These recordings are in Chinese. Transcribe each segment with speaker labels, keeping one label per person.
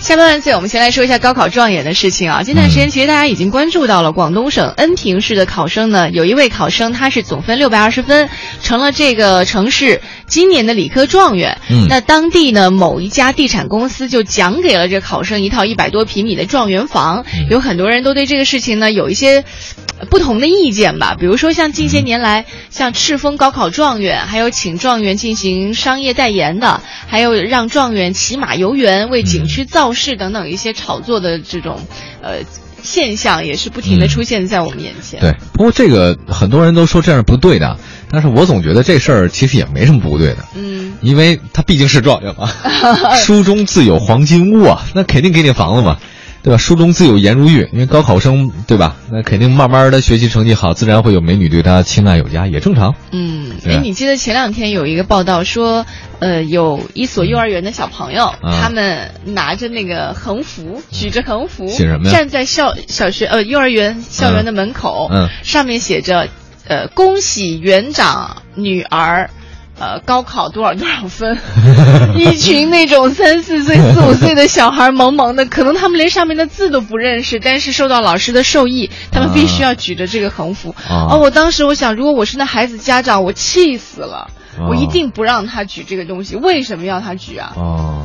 Speaker 1: 下半段最，我们先来说一下高考状元的事情啊。近段时间，其实大家已经关注到了广东省恩平市的考生呢，有一位考生他是总分六百二十分，成了这个城市今年的理科状元。
Speaker 2: 嗯
Speaker 1: 那当地呢某一家地产公司就奖给了这考生一套一百多平米的状元房，
Speaker 2: 嗯
Speaker 1: 有很多人都对这个事情呢有一些。呃不同的意见吧，比如说像近些年来，像敕封高考状元，还有请状元进行商业代言的，还有让状元骑马游园为景区造势等等一些炒作的这种呃现象，也是不停的
Speaker 2: 嗯
Speaker 1: 出现在我们眼前。
Speaker 2: 对，不过这个很多人都说这样是不对的，但是我总觉得这事儿其实也没什么不对的，
Speaker 1: 嗯，
Speaker 2: 因为他毕竟是 状元嘛，书中自有黄金屋啊，那肯定给你房子嘛，对吧？书中自有颜如玉，因为高考生对吧？那肯定慢慢的学习成绩好，自然会有美女对他青睐有加，也正常。
Speaker 1: 嗯，
Speaker 2: 对啊
Speaker 1: 哎，你记得前两天有一个报道说，呃，有一所幼儿园的小朋友，
Speaker 2: 啊嗯
Speaker 1: 他们拿着那个横幅，举着横幅，
Speaker 2: 写什么呀
Speaker 1: 站在校小学呃幼儿园校园的门口，
Speaker 2: 嗯嗯
Speaker 1: 上面写着，呃，恭喜园长女儿。呃，高考多少多少 分？一群那种三四岁、四五岁的小孩，萌萌的，可能他们连上面的字都不认识，但是受到老师的授意，他们必须要举着这个横幅。
Speaker 2: 啊
Speaker 1: 哦，我当时我想，如果我是那孩子家长，我气死了，我一
Speaker 2: 哦
Speaker 1: 定不让他举这个东西。为什么要他举啊？
Speaker 2: 哦，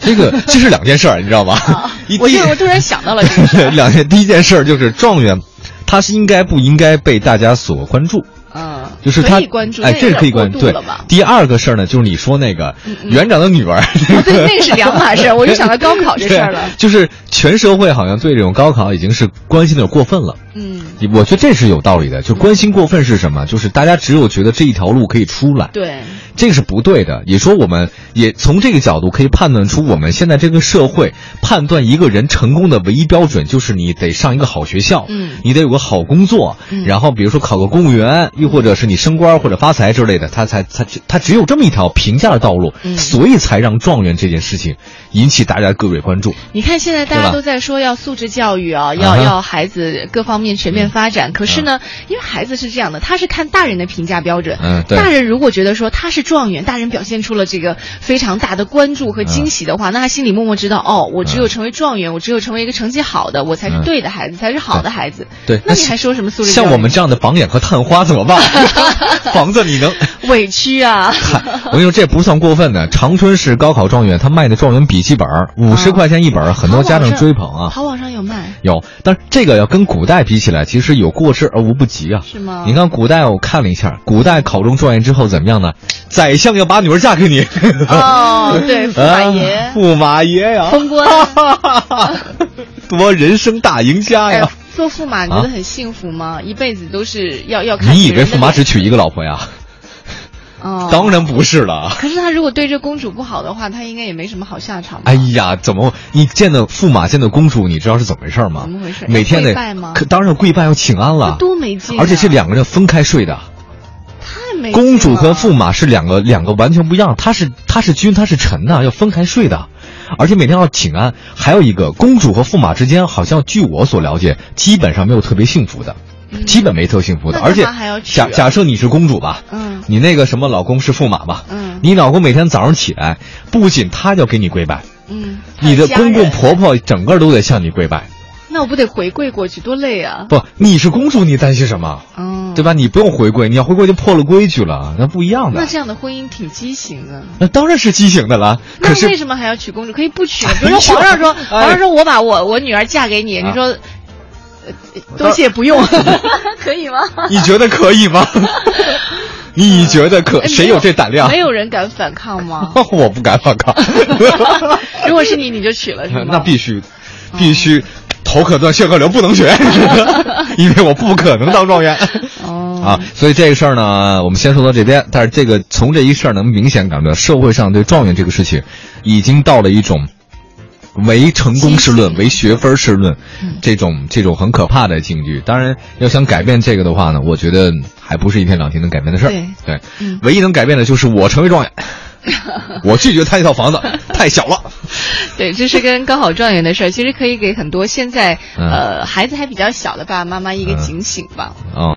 Speaker 2: 这个这是两件事儿，你知 道吗？
Speaker 1: 啊
Speaker 2: 一
Speaker 1: 我
Speaker 2: 第
Speaker 1: 就 我突然想到了这个事儿。
Speaker 2: 两件，第一件事儿就是状元，他是应该不应该被大家所关注？
Speaker 1: 嗯，
Speaker 2: 就是
Speaker 1: 可
Speaker 2: 他
Speaker 1: 以关注，
Speaker 2: 哎，
Speaker 1: 那
Speaker 2: 这是
Speaker 1: 有
Speaker 2: 可以
Speaker 1: 点
Speaker 2: 关
Speaker 1: 过度
Speaker 2: 注。对
Speaker 1: 了吧，？嗯
Speaker 2: 第二个事儿呢，就是你说那个园长的女儿，
Speaker 1: 哦对，那是两码事儿。我就想到高考这
Speaker 2: 对，
Speaker 1: 事儿了。
Speaker 2: 就是全社会好像对这种高考已经是关心的有点过分了。
Speaker 1: 嗯，
Speaker 2: 我觉得这是有道理的，就关心过分是什么？就是大家只有觉得这一条路可以出来，
Speaker 1: 对，
Speaker 2: 这个是不对的。也说我们也从这个角度可以判断出，我们现在这个社会判断一个人成功的唯一标准就是你得上一个好学校，
Speaker 1: 嗯
Speaker 2: 你得有个好工作，
Speaker 1: 嗯
Speaker 2: 然后比如说考个公务员，又或者是你升官或者发财之类的，他才他他只有这么一条评价的道路，
Speaker 1: 嗯
Speaker 2: 所以才让状元这件事情引起大家各位关注。
Speaker 1: 你看现在大
Speaker 2: 对
Speaker 1: 家
Speaker 2: 吧
Speaker 1: 都在说要素质教育啊，
Speaker 2: 啊
Speaker 1: 要
Speaker 2: 哈啊
Speaker 1: 要孩子各方面全面发展。可是呢，因为孩子是这样的，他是看大人的评价标准。
Speaker 2: 嗯，对。
Speaker 1: 大人如果觉得说他是状元，大人表现出了这个非常大的关注和惊喜
Speaker 2: 嗯
Speaker 1: 的话，那他心里默默知道，哦，我只有成为状元，我只有成为一个成绩好的，我才是
Speaker 2: 嗯
Speaker 1: 对的孩子，才是好的孩子。
Speaker 2: 对，
Speaker 1: 那你还说什么素质教育？
Speaker 2: 像我们这样的榜眼和探花怎 么办？ 房子你能？
Speaker 1: 委屈啊！
Speaker 2: 嗨， 我跟你说，这不算过分的。长春市高考状元他卖的状元笔记本五十
Speaker 1: 啊
Speaker 2: 块钱一本儿，很多家长追捧啊。
Speaker 1: 淘宝上有卖
Speaker 2: 有，但是这个要跟古代比起来，其实有过之而无不及啊。
Speaker 1: 是吗？
Speaker 2: 你看古代，我看了一下，古代考中状元之后怎么样呢？宰相要把女儿嫁给你。
Speaker 1: 哦，对，驸马爷
Speaker 2: 啊、驸马爷呀、
Speaker 1: 封官，
Speaker 2: 多人生大赢家
Speaker 1: 哎
Speaker 2: 呀！，
Speaker 1: 做驸马你觉得很幸福吗？一辈子都是要要看
Speaker 2: 啊你以
Speaker 1: 别人
Speaker 2: 为
Speaker 1: 的
Speaker 2: 驸马
Speaker 1: 脸
Speaker 2: 只娶一个老婆呀？
Speaker 1: 哦？
Speaker 2: 当然不是了。
Speaker 1: 可是他如果对这公主不好的话，他应该也没什么好下场吧。
Speaker 2: 哎呀，怎么你见到驸马见到公主，你知道是怎么回事吗？
Speaker 1: 怎么回事
Speaker 2: 每天
Speaker 1: 要跪
Speaker 2: 得
Speaker 1: 拜吗
Speaker 2: 可当然跪拜要请安了，
Speaker 1: 多没劲啊哎
Speaker 2: 而且是两个人分开睡的，
Speaker 1: 太没劲了
Speaker 2: 公主和驸马是两个两个完全不一样，他是他是君，他是臣呐，要分开睡的。而且每天要请安，还有一个公主和驸马之间，好像据我所了解，基本上没有特别幸福的，
Speaker 1: 嗯
Speaker 2: 基本没特幸福的。
Speaker 1: 那干
Speaker 2: 而且
Speaker 1: 嘛还要娶啊
Speaker 2: 假假设你是公主吧，
Speaker 1: 嗯
Speaker 2: 你那个什么老公是驸马嘛，
Speaker 1: 嗯
Speaker 2: 你老公每天早上起来，不仅他要给你跪拜，
Speaker 1: 嗯，
Speaker 2: 你的公
Speaker 1: 还
Speaker 2: 公
Speaker 1: 有家
Speaker 2: 婆
Speaker 1: 人，
Speaker 2: 婆整个都得向你跪拜。
Speaker 1: 那我不得回跪过去，多累啊！
Speaker 2: 不，你是公主，你担心什么？
Speaker 1: 嗯，
Speaker 2: 对吧？你不用回跪，你要回跪就破了规矩了，那不一样
Speaker 1: 那
Speaker 2: 的。
Speaker 1: 这样的婚姻挺畸形的。
Speaker 2: 那当然是畸形的了。
Speaker 1: 那
Speaker 2: 可是
Speaker 1: 为什么还要娶公主？可以不 娶啊？比
Speaker 2: 哎
Speaker 1: 如
Speaker 2: 呦
Speaker 1: 说皇上说，
Speaker 2: 哎
Speaker 1: 皇上说我把我我女儿嫁给你，
Speaker 2: 啊
Speaker 1: 你说，呃多谢不 用， 可以吗？
Speaker 2: 你觉得 可以吗？你觉得可
Speaker 1: 哎
Speaker 2: 谁
Speaker 1: 没有
Speaker 2: 这胆量
Speaker 1: 没？有人敢反抗吗？
Speaker 2: 我不敢反抗，
Speaker 1: 如果是你，你就娶了是吗？
Speaker 2: 那必须，必须头可断，血可流，不能学， 因为我不可能当状元。
Speaker 1: 哦
Speaker 2: 啊，所以这个事儿呢，我们先说到这边。但是这个从这一事儿能明显感觉到，社会上对状元这个事情，已经到了一种唯成功是论、唯学分是论
Speaker 1: 嗯
Speaker 2: 这种这种很可怕的境遇。当然，要想改变这个的话呢，我觉得还不是一天两天能改变的事儿。
Speaker 1: 对
Speaker 2: 对
Speaker 1: 嗯，
Speaker 2: 唯一能改变的就是我成为状元，我拒绝他那套 房子太小了。
Speaker 1: 对，这是跟高考状元的事儿，其实可以给很多现在
Speaker 2: 嗯
Speaker 1: 呃孩子还比较小的爸爸妈妈一个
Speaker 2: 嗯
Speaker 1: 警醒吧。
Speaker 2: 啊。